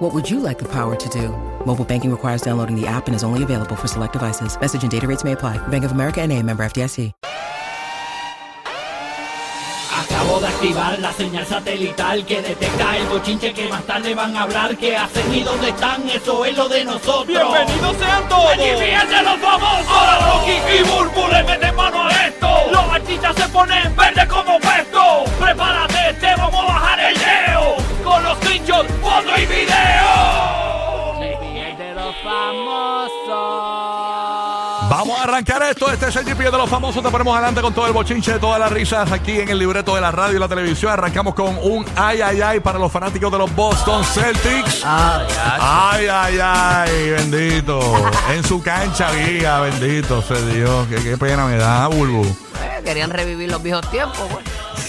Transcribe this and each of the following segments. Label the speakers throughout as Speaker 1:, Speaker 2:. Speaker 1: What would you like the power to do? Mobile banking requires downloading the app and is only available for select devices. Message and data rates may apply. Bank of America and a member FDIC.
Speaker 2: Acabo de activar la señal satelital que detecta el bochinche que más tarde van a hablar. ¿Qué hacen y dónde están? Eso es lo de nosotros.
Speaker 3: ¡Bienvenidos sean todos!
Speaker 2: ¡Aquí fíjense los famosos!
Speaker 3: Ahora Rocky y Burbu le meten mano a esto.
Speaker 2: Los artistas se ponen verde como puesto. ¡Prepárate, te vamos a bajar el leo! Con los trinchos, foto y video. de los famosos.
Speaker 3: Vamos a arrancar esto. Este es el GP de los famosos. Te ponemos adelante con todo el bochinche, todas las risas aquí en el libreto de la radio y la televisión. Arrancamos con un ay, ay, ay para los fanáticos de los Boston Celtics. Ay, ay, ay, bendito. En su cancha, guía, bendito, se dio. Qué, qué pena me da, Bulbu.
Speaker 4: Eh, Querían revivir los viejos tiempos, pues. güey.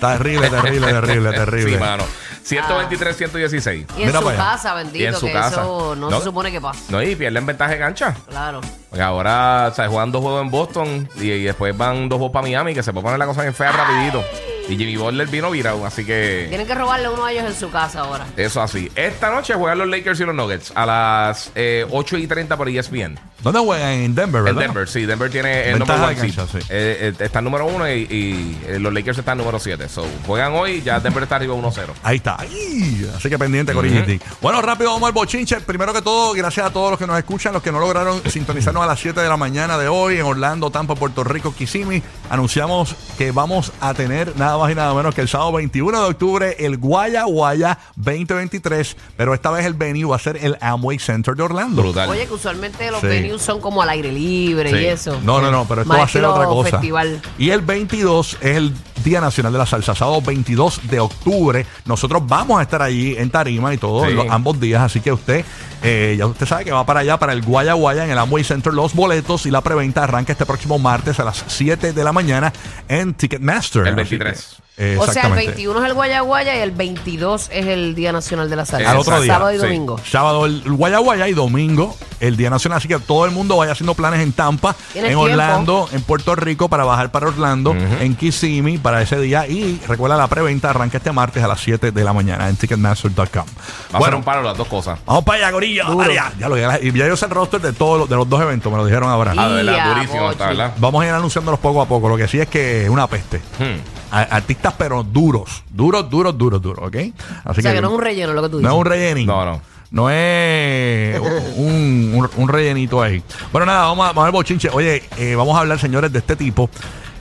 Speaker 3: Terrible, terrible, terrible, terrible.
Speaker 5: Sí, mano.
Speaker 3: Ah.
Speaker 5: 123, 116.
Speaker 4: Y en
Speaker 3: Mira
Speaker 4: su
Speaker 3: para allá.
Speaker 4: casa, bendito,
Speaker 5: Y en su
Speaker 4: que
Speaker 5: casa.
Speaker 4: eso no,
Speaker 5: No.
Speaker 4: se supone que pasa.
Speaker 5: No, y pierden ventaja de cancha.
Speaker 4: Claro.
Speaker 5: Porque ahora, o sea, juegan dos juegos en Boston y, y después van dos juegos para Miami, que se puede poner la cosa bien fea rapidito. Y Jimmy Butler vino virado, así
Speaker 3: Eh.
Speaker 5: que
Speaker 4: Tienen que robarle uno a ellos en su casa ahora.
Speaker 5: eso así. Esta noche juegan los Lakers y los Nuggets a las eh, 8 y 30 por ESPN.
Speaker 3: ¿Dónde juegan? En Denver,
Speaker 5: En
Speaker 3: ¿verdad?
Speaker 5: Denver, sí, Denver tiene el
Speaker 3: Ventaja
Speaker 5: número
Speaker 3: de cancha, sí.
Speaker 5: Eh, está el número uno y, y, eh, los Lakers están número 7. So, juegan hoy y ya Denver está arriba 1-0.
Speaker 3: Ahí está. Ahí. Así que pendiente, Coriñiti. Bueno, rápido vamos al bochinche. Primero que todo, gracias a todos los que nos escuchan, los que no lograron sintonizarnos a las 7 de la mañana de hoy en Orlando, Tampa, Puerto Rico, Kissimmee. Anunciamos que vamos a tener nada más y nada menos que el sábado 21 de octubre el Guaya Guaya 2023, pero esta vez el venue va a ser el Amway Center de Orlando.
Speaker 5: Brutal.
Speaker 4: Oye, que usualmente los
Speaker 3: Sí.
Speaker 4: venues son como al aire libre
Speaker 5: Sí.
Speaker 4: y eso.
Speaker 3: No, no, no, pero esto va a ser
Speaker 4: Maestro
Speaker 3: otra cosa.
Speaker 4: Festival.
Speaker 3: Y el 22 es el Día Nacional de la Salsa, sábado 22 de octubre. Nosotros vamos a estar allí en Tarima y todo,
Speaker 5: Sí.
Speaker 3: los- ambos días. Así que usted, eh, ya usted sabe que va para allá, para el Guaya Guaya, en el Amway Center. Los boletos y la preventa arranca este próximo martes a las 7 de la mañana en Ticketmaster.
Speaker 5: El
Speaker 3: Así que,
Speaker 5: 23.
Speaker 3: eh,
Speaker 4: O sea, el
Speaker 3: exactamente.
Speaker 4: 21 es el Guayaguaya y el 22 es el Día Nacional de la Salsa.
Speaker 3: Al otro día,
Speaker 4: Sábado y
Speaker 5: sí.
Speaker 4: domingo.
Speaker 3: Sábado el Guaya Guaya y domingo el Día Nacional. Así que todo el mundo vaya haciendo planes en Tampa, en
Speaker 4: Tienes tiempo.
Speaker 3: Orlando, en Puerto Rico para bajar para Orlando, en Kissimmee para ese día. Y recuerda la preventa arranca este martes a las 7 de la mañana en Ticketmaster.com.
Speaker 5: Va a ser
Speaker 3: Bueno,
Speaker 5: un paro las dos cosas.
Speaker 3: vamos para allá, Gorilla.
Speaker 4: Duro.
Speaker 3: para allá. Ya, lo, ya, y ya yo sé el roster de todos los- de los dos eventos, me lo dijeron ahora.
Speaker 5: Ah, de verdad,
Speaker 4: Ya,
Speaker 5: durísimo está,
Speaker 4: bochi.
Speaker 5: ¿verdad?
Speaker 3: Vamos a ir anunciándolos poco a poco. Lo que sí es que es una peste.
Speaker 5: Hmm.
Speaker 3: A- Artistas, pero duros. Duros, duros, duros, duros, ¿ok? Así
Speaker 4: O sea, que no es un relleno lo que tú dices.
Speaker 3: No es un rellenín.
Speaker 5: No, no.
Speaker 3: No es un, un- un rellenito ahí. Bueno, nada, vamos a, vamos al bochinche. Oye, eh, vamos a hablar, señores, de este tipo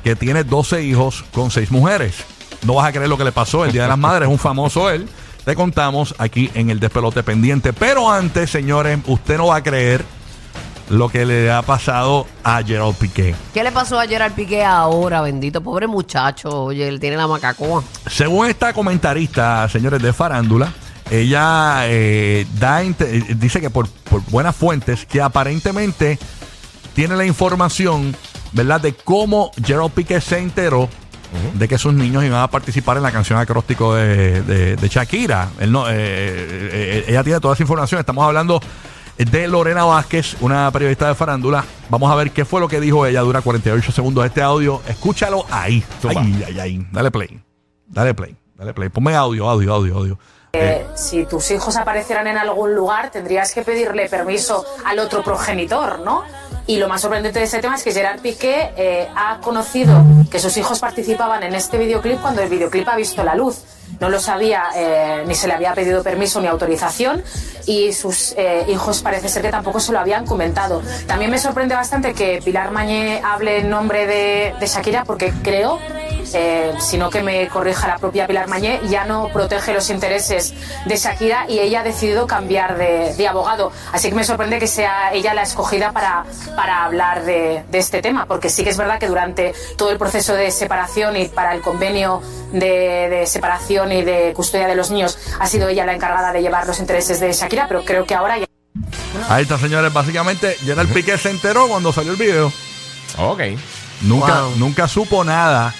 Speaker 3: que tiene 12 hijos con 6 mujeres. No vas a creer lo que le pasó el Día de las Madres, un famoso él. Te contamos aquí en el Despelote Pendiente. Pero antes, señores, usted no va a creer lo que le ha pasado a Gerald Piqué.
Speaker 4: ¿Qué le pasó ayer al Piqué ahora, bendito? Pobre muchacho, oye, él tiene la macacoa.
Speaker 3: Según esta comentarista, señores de Farándula, ella eh, da inte- eh, dice que por, por buenas fuentes que aparentemente tiene la información, ¿verdad?, de cómo Gerald Piqué se enteró de que sus niños iban a participar en la canción acróstico de, de- de Shakira. Él no, eh, eh, ella tiene toda esa información. Estamos hablando de Lorena Vázquez, una periodista de farándula. Vamos a ver qué fue lo que dijo ella. Dura 48 segundos este audio. Escúchalo ahí. Ay, ay, ay. Dale play. Dale play. Dale play. Ponme audio, audio, audio, audio. Eh,
Speaker 6: si tus hijos aparecieran en algún lugar, tendrías que pedirle permiso al otro progenitor, ¿no? Y lo más sorprendente de este tema es que Gerard Piqué eh, ha conocido que sus hijos participaban en este videoclip cuando el videoclip ha visto la luz. No lo sabía, eh, ni se le había pedido permiso ni autorización y sus eh, hijos parece ser que tampoco se lo habían comentado. También me sorprende bastante que Pilar Mañé hable en nombre de, de Shakira porque creo eh, sino que me corrija la propia Pilar Mañé, ya no protege los intereses de Shakira y ella ha decidido cambiar de, de abogado. Así que me sorprende que sea ella la escogida para, para hablar de, de este tema, porque sí que es verdad que durante todo el proceso de separación y para el convenio de, de separación y de custodia de los niños ha sido ella la encargada de llevar los intereses de Shakira, pero creo que ahora ya...
Speaker 3: Ahí está, señores. Básicamente, Gerald Piqué se enteró cuando salió el video.
Speaker 5: Ok.
Speaker 3: Nunca,
Speaker 4: Wow.
Speaker 3: nunca supo nada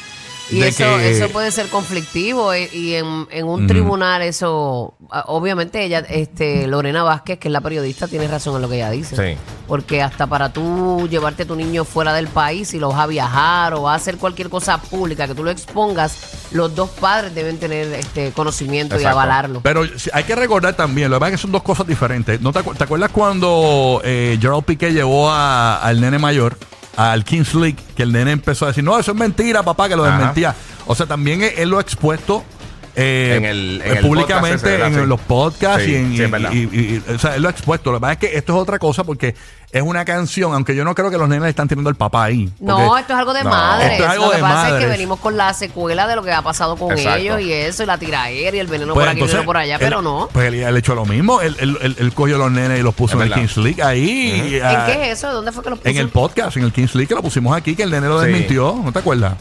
Speaker 4: Y
Speaker 3: de
Speaker 4: eso,
Speaker 3: que. eh,
Speaker 4: eso puede ser conflictivo eh, y en, en un tribunal eso, ah, obviamente ella, este, Lorena Vázquez, que es la periodista, tiene razón en lo que ella dice.
Speaker 5: Sí.
Speaker 4: Porque hasta para tú llevarte a tu niño fuera del país y lo vas a viajar o vas a hacer cualquier cosa pública que tú lo expongas, los dos padres deben tener este conocimiento y
Speaker 5: Exacto.
Speaker 4: avalarlo.
Speaker 3: Pero sí, hay que recordar también, lo que pasa es que son dos cosas diferentes. ¿No te, acu- te acuerdas cuando eh, Gerald Piqué llevó a- al nene mayor al Kings League, que el nene empezó a decir, no, eso es mentira, papá, que lo
Speaker 5: Ajá.
Speaker 3: desmentía? O sea, también él, él lo ha expuesto. eh,
Speaker 5: En el- en
Speaker 3: eh,
Speaker 5: el
Speaker 3: públicamente
Speaker 5: podcast ese, ¿verdad?
Speaker 3: en
Speaker 5: Sí.
Speaker 3: los podcasts
Speaker 5: Sí,
Speaker 3: y en
Speaker 5: sí, es verdad.
Speaker 3: y- y- y- o sea, él lo ha expuesto lo que pasa es que esto es otra cosa porque es una canción aunque yo no creo que los nenes le están tirando el papá ahí
Speaker 4: No,
Speaker 3: porque-
Speaker 4: esto es algo de
Speaker 5: No,
Speaker 4: madres.
Speaker 3: esto es algo
Speaker 4: lo que
Speaker 3: de
Speaker 4: pasa es
Speaker 3: madres.
Speaker 4: que venimos con la secuela de lo que ha pasado con
Speaker 5: Exacto.
Speaker 4: ellos y eso, y la tiraera y el veneno
Speaker 3: Pues
Speaker 4: por aquí, el veneno
Speaker 3: entonces,
Speaker 4: por allá,
Speaker 3: él-
Speaker 4: pero no.
Speaker 3: Pues él, él hecho lo mismo. Él, él, él- él cogió a los nenes y los puso
Speaker 5: Es
Speaker 3: en el
Speaker 5: verdad.
Speaker 3: Kings League ahí. y,
Speaker 4: ¿En
Speaker 3: ah,
Speaker 4: qué es eso? ¿Dónde fue que los puso?
Speaker 3: en el podcast, en el Kings League que lo pusimos aquí, que el nene lo
Speaker 5: Sí.
Speaker 3: desmintió. ¿No te acuerdas?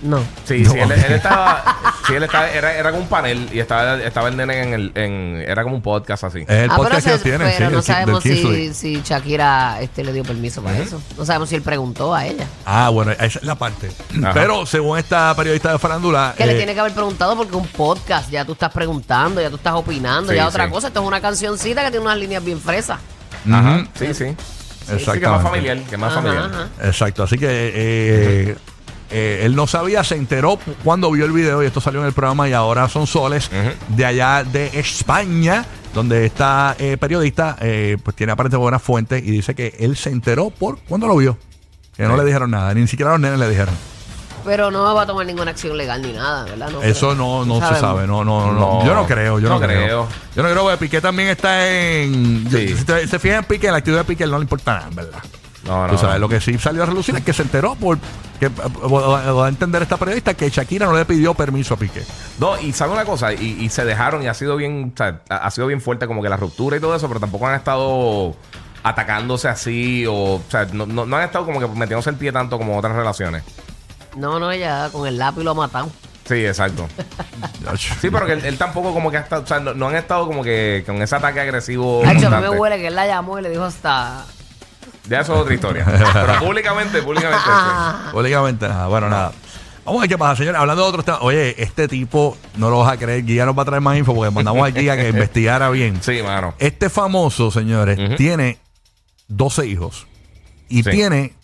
Speaker 4: No.
Speaker 5: Sí,
Speaker 3: No.
Speaker 5: sí, él, él estaba. sí, él estaba. Era, era como un panel y estaba, estaba el nene en el. En, era como un podcast así.
Speaker 3: Es el
Speaker 4: Ah, pero,
Speaker 3: podcast que
Speaker 4: se-
Speaker 3: ellos tienen.
Speaker 4: pero
Speaker 3: sí, el
Speaker 4: no
Speaker 3: Ki-
Speaker 4: sabemos
Speaker 3: del Kings League.
Speaker 4: si, si Shakira este, le dio permiso para eso. No sabemos si él preguntó a ella.
Speaker 3: Ah, bueno, esa es la parte.
Speaker 5: Ajá.
Speaker 3: Pero según esta periodista de farándula.
Speaker 4: Que
Speaker 3: eh,
Speaker 4: le tiene que haber preguntado porque un podcast, ya tú estás preguntando, ya tú estás opinando,
Speaker 5: Sí,
Speaker 4: ya otra
Speaker 5: sí.
Speaker 4: cosa. Esto es una cancioncita que tiene unas líneas bien fresas.
Speaker 5: Ajá.
Speaker 3: ujú,
Speaker 5: Sí, sí. Sí, que es más
Speaker 3: exactamente.
Speaker 5: familiar. Que es más
Speaker 4: Ajá,
Speaker 5: familiar.
Speaker 4: ajá.
Speaker 3: Exacto, así que eh, eh, él no sabía, se enteró cuando vio el video y esto salió en el programa y ahora son soles
Speaker 5: Ujú.
Speaker 3: de allá de España, donde esta eh, periodista eh, pues tiene aparentemente buenas fuentes y dice que él se enteró por cuando lo vio. Que no
Speaker 5: Sí.
Speaker 3: le dijeron nada, ni siquiera los nenes le dijeron.
Speaker 4: Pero no va a tomar ninguna acción legal ni nada, ¿verdad? No
Speaker 3: Eso
Speaker 4: creo.
Speaker 3: no, no se
Speaker 4: sabemos.
Speaker 3: sabe, no, no, no,
Speaker 5: No.
Speaker 3: Yo no creo, yo no,
Speaker 5: No
Speaker 3: creo.
Speaker 5: creo.
Speaker 3: Yo no creo, porque Piqué también está en.
Speaker 5: Sí.
Speaker 3: Si te- se fijan en Piqué, en la actividad de Piqué no le importa nada, en ¿verdad?
Speaker 5: No, no.
Speaker 3: Tú sabes, lo que sí salió a relucir es que se enteró por que va a entender esta periodista que Shakira no le pidió permiso a Piqué.
Speaker 5: No, y sabe una cosa, y, y se dejaron y ha sido bien, o sea, ha ha sido bien fuerte como que la ruptura y todo eso, pero tampoco han estado atacándose así o, o sea, no, no- no han estado como que metiéndose el pie tanto como otras relaciones.
Speaker 4: No, no, ella con el lápiz lo ha matado.
Speaker 5: Sí, exacto. Sí, pero que él, él tampoco como que ha estado, o sea, no, no han estado como que con ese ataque
Speaker 3: Oh,
Speaker 5: agresivo.
Speaker 4: De hecho, a mí me
Speaker 5: constante.
Speaker 4: huele que él la llamó y le dijo hasta...
Speaker 5: Ya eso es otra historia. Pero públicamente, públicamente. pues.
Speaker 4: Ah.
Speaker 5: sí.
Speaker 3: Obligamente nada. Bueno, nada. Vamos a ver qué pasa, señores. Hablando de otros temas. Oye, este tipo no lo vas a creer. Guía nos va a traer más info porque mandamos a Guía que investigara bien.
Speaker 5: Sí, mano.
Speaker 3: Este famoso, señores,
Speaker 5: Ujú.
Speaker 3: tiene 12 hijos. Y
Speaker 5: Sí.
Speaker 3: tiene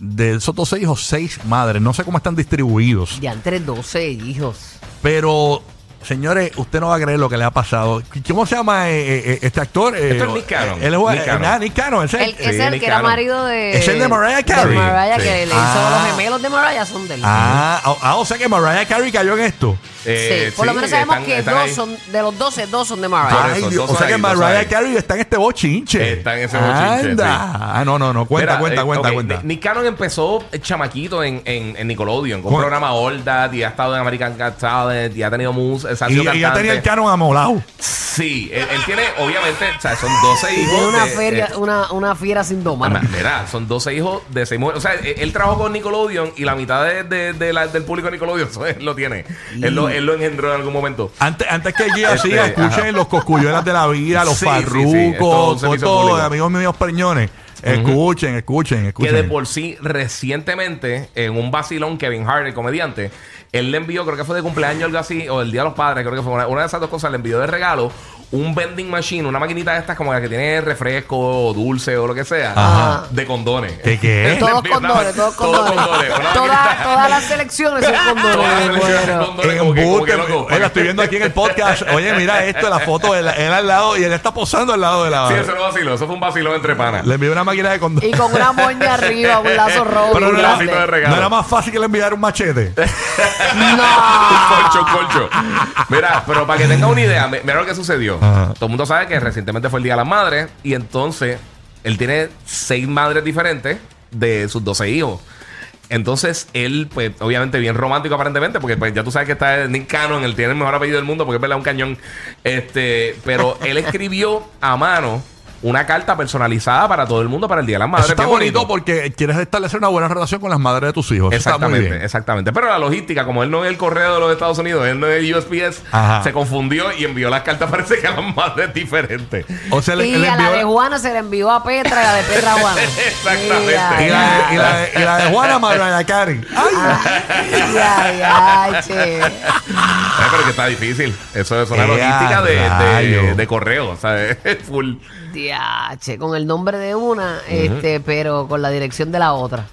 Speaker 3: de esos 12 hijos, 6 madres. No sé cómo están distribuidos.
Speaker 4: Ya entre 12 hijos.
Speaker 3: Pero, señores, usted no va a creer lo que le ha pasado. ¿Cómo se llama eh, eh, eh, este actor? Eh,
Speaker 5: Esto es Nick Cannon.
Speaker 3: Él juega-
Speaker 5: Nick Cannon.
Speaker 3: eh, nada, Nick Cannon, ese-
Speaker 4: El, es
Speaker 5: Sí,
Speaker 4: el
Speaker 5: Nick
Speaker 4: que era
Speaker 5: Cannon.
Speaker 4: marido de.
Speaker 3: Es el de Mariah Carey.
Speaker 4: De Mariah,
Speaker 5: Sí.
Speaker 4: que le hizo
Speaker 3: Ah.
Speaker 4: los gemelos de Mariah son de él.
Speaker 3: Ah, ah, ah, o sea que Mariah Carey cayó en esto.
Speaker 5: Eh,
Speaker 4: sí, por lo menos
Speaker 5: están-
Speaker 4: sabemos que
Speaker 5: están
Speaker 4: dos
Speaker 5: ahí.
Speaker 4: son, de los 12, dos son de Mariah.
Speaker 5: Por eso,
Speaker 3: Ay, Dios,
Speaker 5: dos
Speaker 3: o sea
Speaker 5: ahí,
Speaker 3: que
Speaker 5: dos ahí.
Speaker 3: Mariah Carey está en este bochinche.
Speaker 5: Está en ese bochinche,
Speaker 3: Anda.
Speaker 5: sí.
Speaker 3: Ah, no, no, no. Cuenta,
Speaker 5: Mira,
Speaker 3: cuenta,
Speaker 5: eh,
Speaker 3: cuenta,
Speaker 5: ok,
Speaker 3: cuenta.
Speaker 5: Nick- Nick Cannon empezó eh, chamaquito en, en, en Nickelodeon, con
Speaker 3: Cu-
Speaker 5: un programa Old Dad, y ha estado en American Got Talent, y ha tenido mus, eh, ha sido
Speaker 3: y, y ya
Speaker 5: cantante.
Speaker 3: tenía el Canon amolado.
Speaker 5: Sí, él, él tiene, obviamente, o sea, son 12 hijos.
Speaker 4: Tiene una,
Speaker 5: de-
Speaker 4: feria,
Speaker 5: eh,
Speaker 4: una, una fiera sin domar.
Speaker 5: ma- Mira, son 12 hijos de seis mujeres. O sea, e, él, él trabajó con Nickelodeon y la mitad de, de- de la- del público de Nickelodeon eso él lo tiene. Él, lo, él lo engendró en algún momento.
Speaker 3: Antes, antes que el guía
Speaker 5: Este,
Speaker 3: siga, escuchen
Speaker 5: ajá.
Speaker 3: los cosculluelas de la vida, los
Speaker 5: Sí, sí, sí.
Speaker 3: parrucos,
Speaker 5: Es todo un servicio
Speaker 3: todo,
Speaker 5: público.
Speaker 3: amigos míos peñones. Escuchen, escuchen,
Speaker 5: que
Speaker 3: escuchen.
Speaker 5: de por sí recientemente en un vacilón Kevin Hart el comediante él le envió creo que fue de cumpleaños algo así o el día de los padres creo que fue una, una de esas dos cosas le envió de regalo un vending machine una maquinita de estas como la que tiene refresco o dulce o lo que sea
Speaker 3: Ajá.
Speaker 5: de condones
Speaker 3: ¿Qué qué?
Speaker 5: Le
Speaker 4: Todos
Speaker 5: envió una-
Speaker 4: condones, todos condones.
Speaker 5: una
Speaker 4: Todas
Speaker 5: maquinita-
Speaker 4: todas las selecciones son
Speaker 5: todas las
Speaker 4: condones.
Speaker 5: selecciones de condones,
Speaker 4: bueno.
Speaker 5: como que- como que
Speaker 3: Embuste,
Speaker 5: loco.
Speaker 3: oiga, estoy viendo aquí en el podcast. Oye, mira esto, la foto, él, él al lado y él está posando al lado de la.
Speaker 5: sí eso no vaciló eso fue un vacilón entre panas
Speaker 3: le envió una máquina de condón.
Speaker 4: Y con una moña arriba, un lazo rojo.
Speaker 3: Pero
Speaker 4: bien
Speaker 5: un
Speaker 3: no era,
Speaker 5: lacito de
Speaker 4: grande.
Speaker 5: regalo.
Speaker 3: no era más fácil que le enviara un machete.
Speaker 5: Un colcho, colcho. Mira, pero para que tenga una idea, mi- mira lo que sucedió.
Speaker 3: Ajá.
Speaker 5: Todo el mundo sabe que recientemente fue el Día de las Madres y entonces él tiene seis madres diferentes de sus 12 hijos. Entonces él, pues obviamente bien romántico aparentemente, porque pues ya tú sabes que está Nick Cannon, él tiene el mejor apellido del mundo porque es verdad un cañón. Este, pero él escribió a mano una carta personalizada para todo el mundo para el Día de las Madres.
Speaker 3: Eso está
Speaker 5: Bien
Speaker 3: bonito porque quieres establecer una buena relación con las madres de tus hijos. Eso Pues está muy
Speaker 5: Exactamente,
Speaker 3: bien.
Speaker 5: exactamente. Pero la logística, como él no es el correo de los Estados Unidos, él no es USPS,
Speaker 3: Ajá.
Speaker 5: se confundió y envió las cartas, parece que a las madres diferentes.
Speaker 3: O sea, le-
Speaker 4: y
Speaker 3: le
Speaker 4: a la
Speaker 3: envió-
Speaker 4: de Juana se la envió a Petra y a la de Petra a Juana.
Speaker 5: Exactamente.
Speaker 3: Y la, de- y la de- y la de Juana Mariah Carey. Ay.
Speaker 4: Ay, ay, ay, che.
Speaker 5: Ay, pero que está difícil. Eso es una
Speaker 3: Ea,
Speaker 5: logística de, de-
Speaker 3: rayo.
Speaker 5: de correo, ¿sabes? Full.
Speaker 4: Diache, con el nombre de una, este, pero con la dirección de la otra.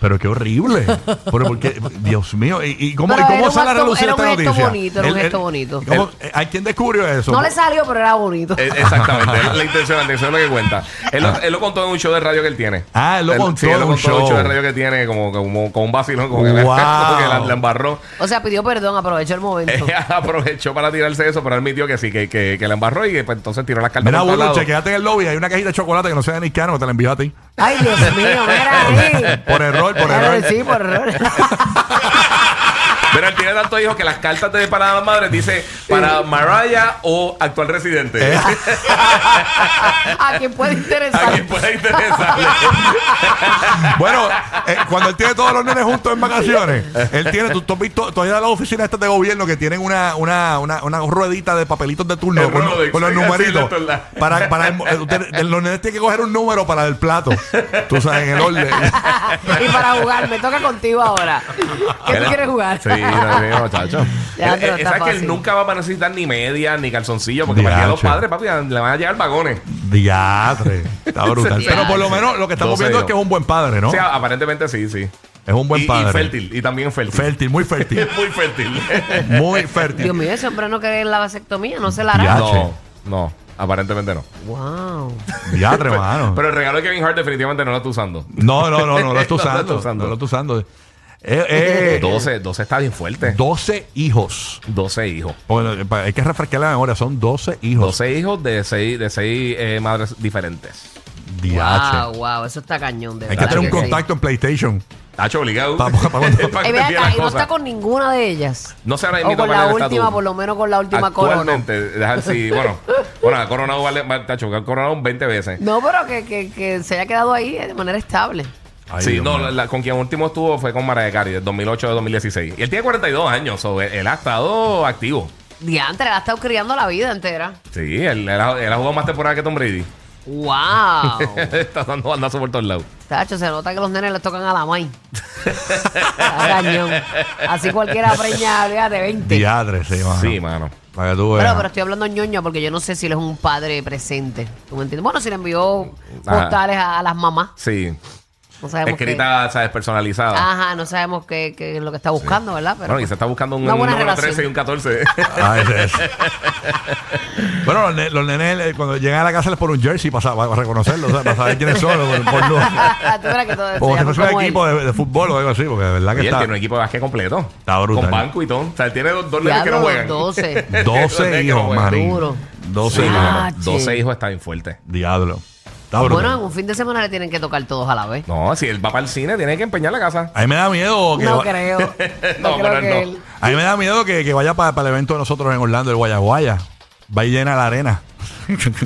Speaker 3: Pero qué horrible. Pero porque, Dios mío, ¿y, y cómo,
Speaker 4: Pero
Speaker 3: y cómo
Speaker 4: era un
Speaker 3: sale a
Speaker 4: acto-
Speaker 3: relucir
Speaker 4: era un
Speaker 3: esta
Speaker 4: gesto
Speaker 3: noticia?
Speaker 4: bonito, era un gesto bonito.
Speaker 3: ¿cómo- ¿A quién descubrió eso?
Speaker 4: No le salió, pero era bonito.
Speaker 5: Eh, Exactamente. la intención, la intención es lo que cuenta. Él lo, él lo contó en un show de radio que él tiene.
Speaker 3: Ah, él lo contó
Speaker 5: sí, él
Speaker 3: en
Speaker 5: lo
Speaker 3: un
Speaker 5: contó en un
Speaker 3: show.
Speaker 5: show de radio que tiene, como, como, como un vacilón, como que, la,
Speaker 3: Wow.
Speaker 5: como que la- la embarró.
Speaker 4: O sea, pidió perdón, aprovechó el momento.
Speaker 5: Ella aprovechó para tirarse eso, pero admitió que sí, que, que, que la embarró y pues, entonces tiró las cartas.
Speaker 3: Mira,
Speaker 5: por todos
Speaker 3: Bulu,
Speaker 5: lados.
Speaker 3: chequeate en el lobby. Hay una cajita de chocolate que no sea de Nikiano que te la envió a ti.
Speaker 4: Ay, Dios mío, mira ahí.
Speaker 3: Por error, por
Speaker 4: Claro,
Speaker 3: error.
Speaker 4: Sí, por error.
Speaker 5: Pero él tiene tanto hijo que las cartas de para las madres dice para Mariah o actual
Speaker 4: Eh.
Speaker 5: residente.
Speaker 4: ¿A quién puede
Speaker 5: A
Speaker 4: interesar?
Speaker 5: quien pueda interesarle.
Speaker 3: Bueno, eh, cuando él tiene todos los nenes juntos en vacaciones, él tiene, tú, tú has visto, todavía las oficinas estas de gobierno que tienen una, una, una, una ruedita de papelitos de turno
Speaker 5: El
Speaker 3: con,
Speaker 5: Rolodex,
Speaker 3: con los
Speaker 5: sí,
Speaker 3: numeritos.
Speaker 5: así, la-
Speaker 3: Para, para el- eh, usted- los nenes tienen que coger un número para el plato. Tú sabes, en el orden.
Speaker 4: y para jugar, me toca contigo ahora. ¿Qué tú
Speaker 5: Era-
Speaker 4: quieres jugar?
Speaker 5: Sí, no, no, muchacho.
Speaker 4: Ya,
Speaker 5: Eh,
Speaker 4: pero
Speaker 5: eh,
Speaker 4: está
Speaker 5: ¿sabes que él
Speaker 4: fácil.
Speaker 5: nunca va a necesitar ni medias ni calzoncillos porque para que a los
Speaker 3: Diache.
Speaker 5: padres, papi, le van a llegar vagones.
Speaker 3: Diatre. Está brutal. Pero por lo menos lo que estamos
Speaker 5: Doce
Speaker 3: viendo es
Speaker 5: yo.
Speaker 3: que es un buen padre, ¿no?
Speaker 5: O sea, aparentemente sí, sí.
Speaker 3: Es un buen
Speaker 5: y,
Speaker 3: padre.
Speaker 5: y fértil, y también fértil.
Speaker 3: Fértil, muy fértil.
Speaker 5: Muy fértil.
Speaker 3: Muy fértil.
Speaker 4: Dios mío, ese hombre no quiere la vasectomía, no se la hará.
Speaker 3: Ya.
Speaker 5: no, no, aparentemente no.
Speaker 4: Wow.
Speaker 3: Diatre,
Speaker 4: Ah.
Speaker 3: mano.
Speaker 5: Pero el regalo de Kevin Hart definitivamente no lo está usando.
Speaker 3: No, no, no, no lo estoy
Speaker 5: No lo está
Speaker 3: usando.
Speaker 5: usando.
Speaker 3: No lo estoy usando. Eh, eh,
Speaker 5: 12, 12 está bien fuerte.
Speaker 3: 12 hijos.
Speaker 5: 12 hijos.
Speaker 3: Bueno, pa- hay que refrescar la memoria, son 12 hijos.
Speaker 5: 12 hijos de 6 de seis, eh, madres diferentes.
Speaker 3: Diache.
Speaker 4: Wow, wow, eso está cañón, de
Speaker 3: Hay que
Speaker 4: verdad
Speaker 3: tener un
Speaker 4: sí.
Speaker 3: contacto en PlayStation.
Speaker 5: Tacho obligado.
Speaker 3: Pa- pa- pa-
Speaker 5: Para que
Speaker 4: Eh, ve acá,
Speaker 5: entienda las
Speaker 4: y no
Speaker 5: cosas.
Speaker 4: está con ninguna de ellas.
Speaker 5: No sé ahora
Speaker 4: O
Speaker 5: mismo
Speaker 4: con
Speaker 5: cuál
Speaker 4: la
Speaker 5: es el
Speaker 4: última,
Speaker 5: estatus.
Speaker 4: por lo menos con la última corona.
Speaker 5: Actualmente, dejar si, bueno, bueno, ha coronado, vale, va- Tacho, ha coronado 20 veces.
Speaker 4: No, pero que, que, que se haya quedado ahí eh, de manera estable.
Speaker 3: Ay,
Speaker 5: sí,
Speaker 3: Dios
Speaker 5: no,
Speaker 3: mío.
Speaker 5: la- la- con quien último estuvo fue con Mariah Carey, del 2008 al 2016. Y él tiene 42 años, so, él, él ha estado activo.
Speaker 4: Diantre, la ha estado criando la vida entera.
Speaker 5: Sí, él, él ha, él ha jugado más temporada que Tom Brady.
Speaker 4: ¡Wow!
Speaker 5: Está dando bandazo por todos lados.
Speaker 4: Tacho, se nota que los nenes le tocan a la main. Está cañón. Así cualquiera preña, de 20.
Speaker 3: Diadre, sí, mano.
Speaker 5: Sí, mano.
Speaker 3: Para que tú veas.
Speaker 4: Pero, pero estoy hablando ñoña porque yo no sé si él es un padre presente. ¿Tú me entiendes? Bueno, si le envió
Speaker 5: Ajá.
Speaker 4: postales a, a las mamás.
Speaker 5: Sí.
Speaker 4: No sabemos qué-
Speaker 5: Escrita, ¿sabes? Personalizada.
Speaker 4: Ajá, no sabemos qué, qué es lo que está buscando, ¿verdad? Pero
Speaker 5: bueno, y se está buscando un,
Speaker 4: una
Speaker 5: un
Speaker 4: buena
Speaker 5: número
Speaker 4: relación.
Speaker 5: 13 y un 14.
Speaker 3: Ah, ese es. bueno, los, ne- los nenes eh, cuando llegan a la casa les ponen un jersey para, sa- para reconocerlos, o sea, para saber quiénes son. por- por lo-
Speaker 4: Tú verás que todo-
Speaker 3: como
Speaker 4: se
Speaker 3: si fuese
Speaker 4: llama como
Speaker 3: un
Speaker 4: él.
Speaker 3: equipo de, de fútbol o algo así, porque de verdad que
Speaker 5: y él
Speaker 3: está.
Speaker 5: tiene un equipo de básquet completo.
Speaker 3: Está brutal.
Speaker 5: Con banco y todo. O sea, él tiene dos, dos nenes
Speaker 4: Ya
Speaker 5: que no
Speaker 4: los
Speaker 5: juegan.
Speaker 4: 12.
Speaker 5: Los nenes
Speaker 3: 12
Speaker 5: que no
Speaker 3: hijos,
Speaker 5: juegan.
Speaker 3: Marín.
Speaker 4: Duro.
Speaker 3: 12
Speaker 5: Sí,
Speaker 4: Ah,
Speaker 3: hijos.
Speaker 5: mano.
Speaker 4: che.
Speaker 5: 12 hijos está bien fuerte.
Speaker 3: Diablo. Está brutal.
Speaker 4: Bueno, en un fin de semana le tienen que tocar todos a la vez.
Speaker 5: No, si él va para el cine, tiene que empeñar la casa.
Speaker 3: A mí me da miedo que,
Speaker 4: No
Speaker 3: va-
Speaker 4: creo. No,
Speaker 5: No,
Speaker 4: creo
Speaker 5: pero
Speaker 4: que
Speaker 5: no.
Speaker 4: él.
Speaker 3: a mí me da miedo que, que vaya para, el evento de nosotros en Orlando, el Guayaguaya. Va y llena la arena.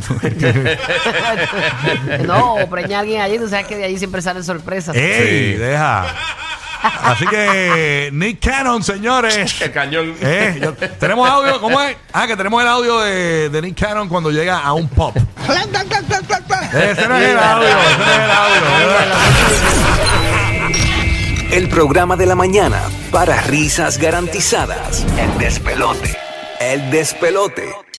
Speaker 4: no, o preña a alguien allí, tú sabes que de allí siempre salen sorpresas.
Speaker 5: Sí.
Speaker 3: ¡Ey! Deja. Así que, Nick Cannon, señores.
Speaker 5: El cañón.
Speaker 3: Eh, yo- tenemos audio, ¿cómo es? Ah, que tenemos el audio de, de Nick Cannon cuando llega a un pop. Eh, ese no es el audio, ese no es el audio.
Speaker 7: El programa de la mañana para risas garantizadas. El despelote. El despelote.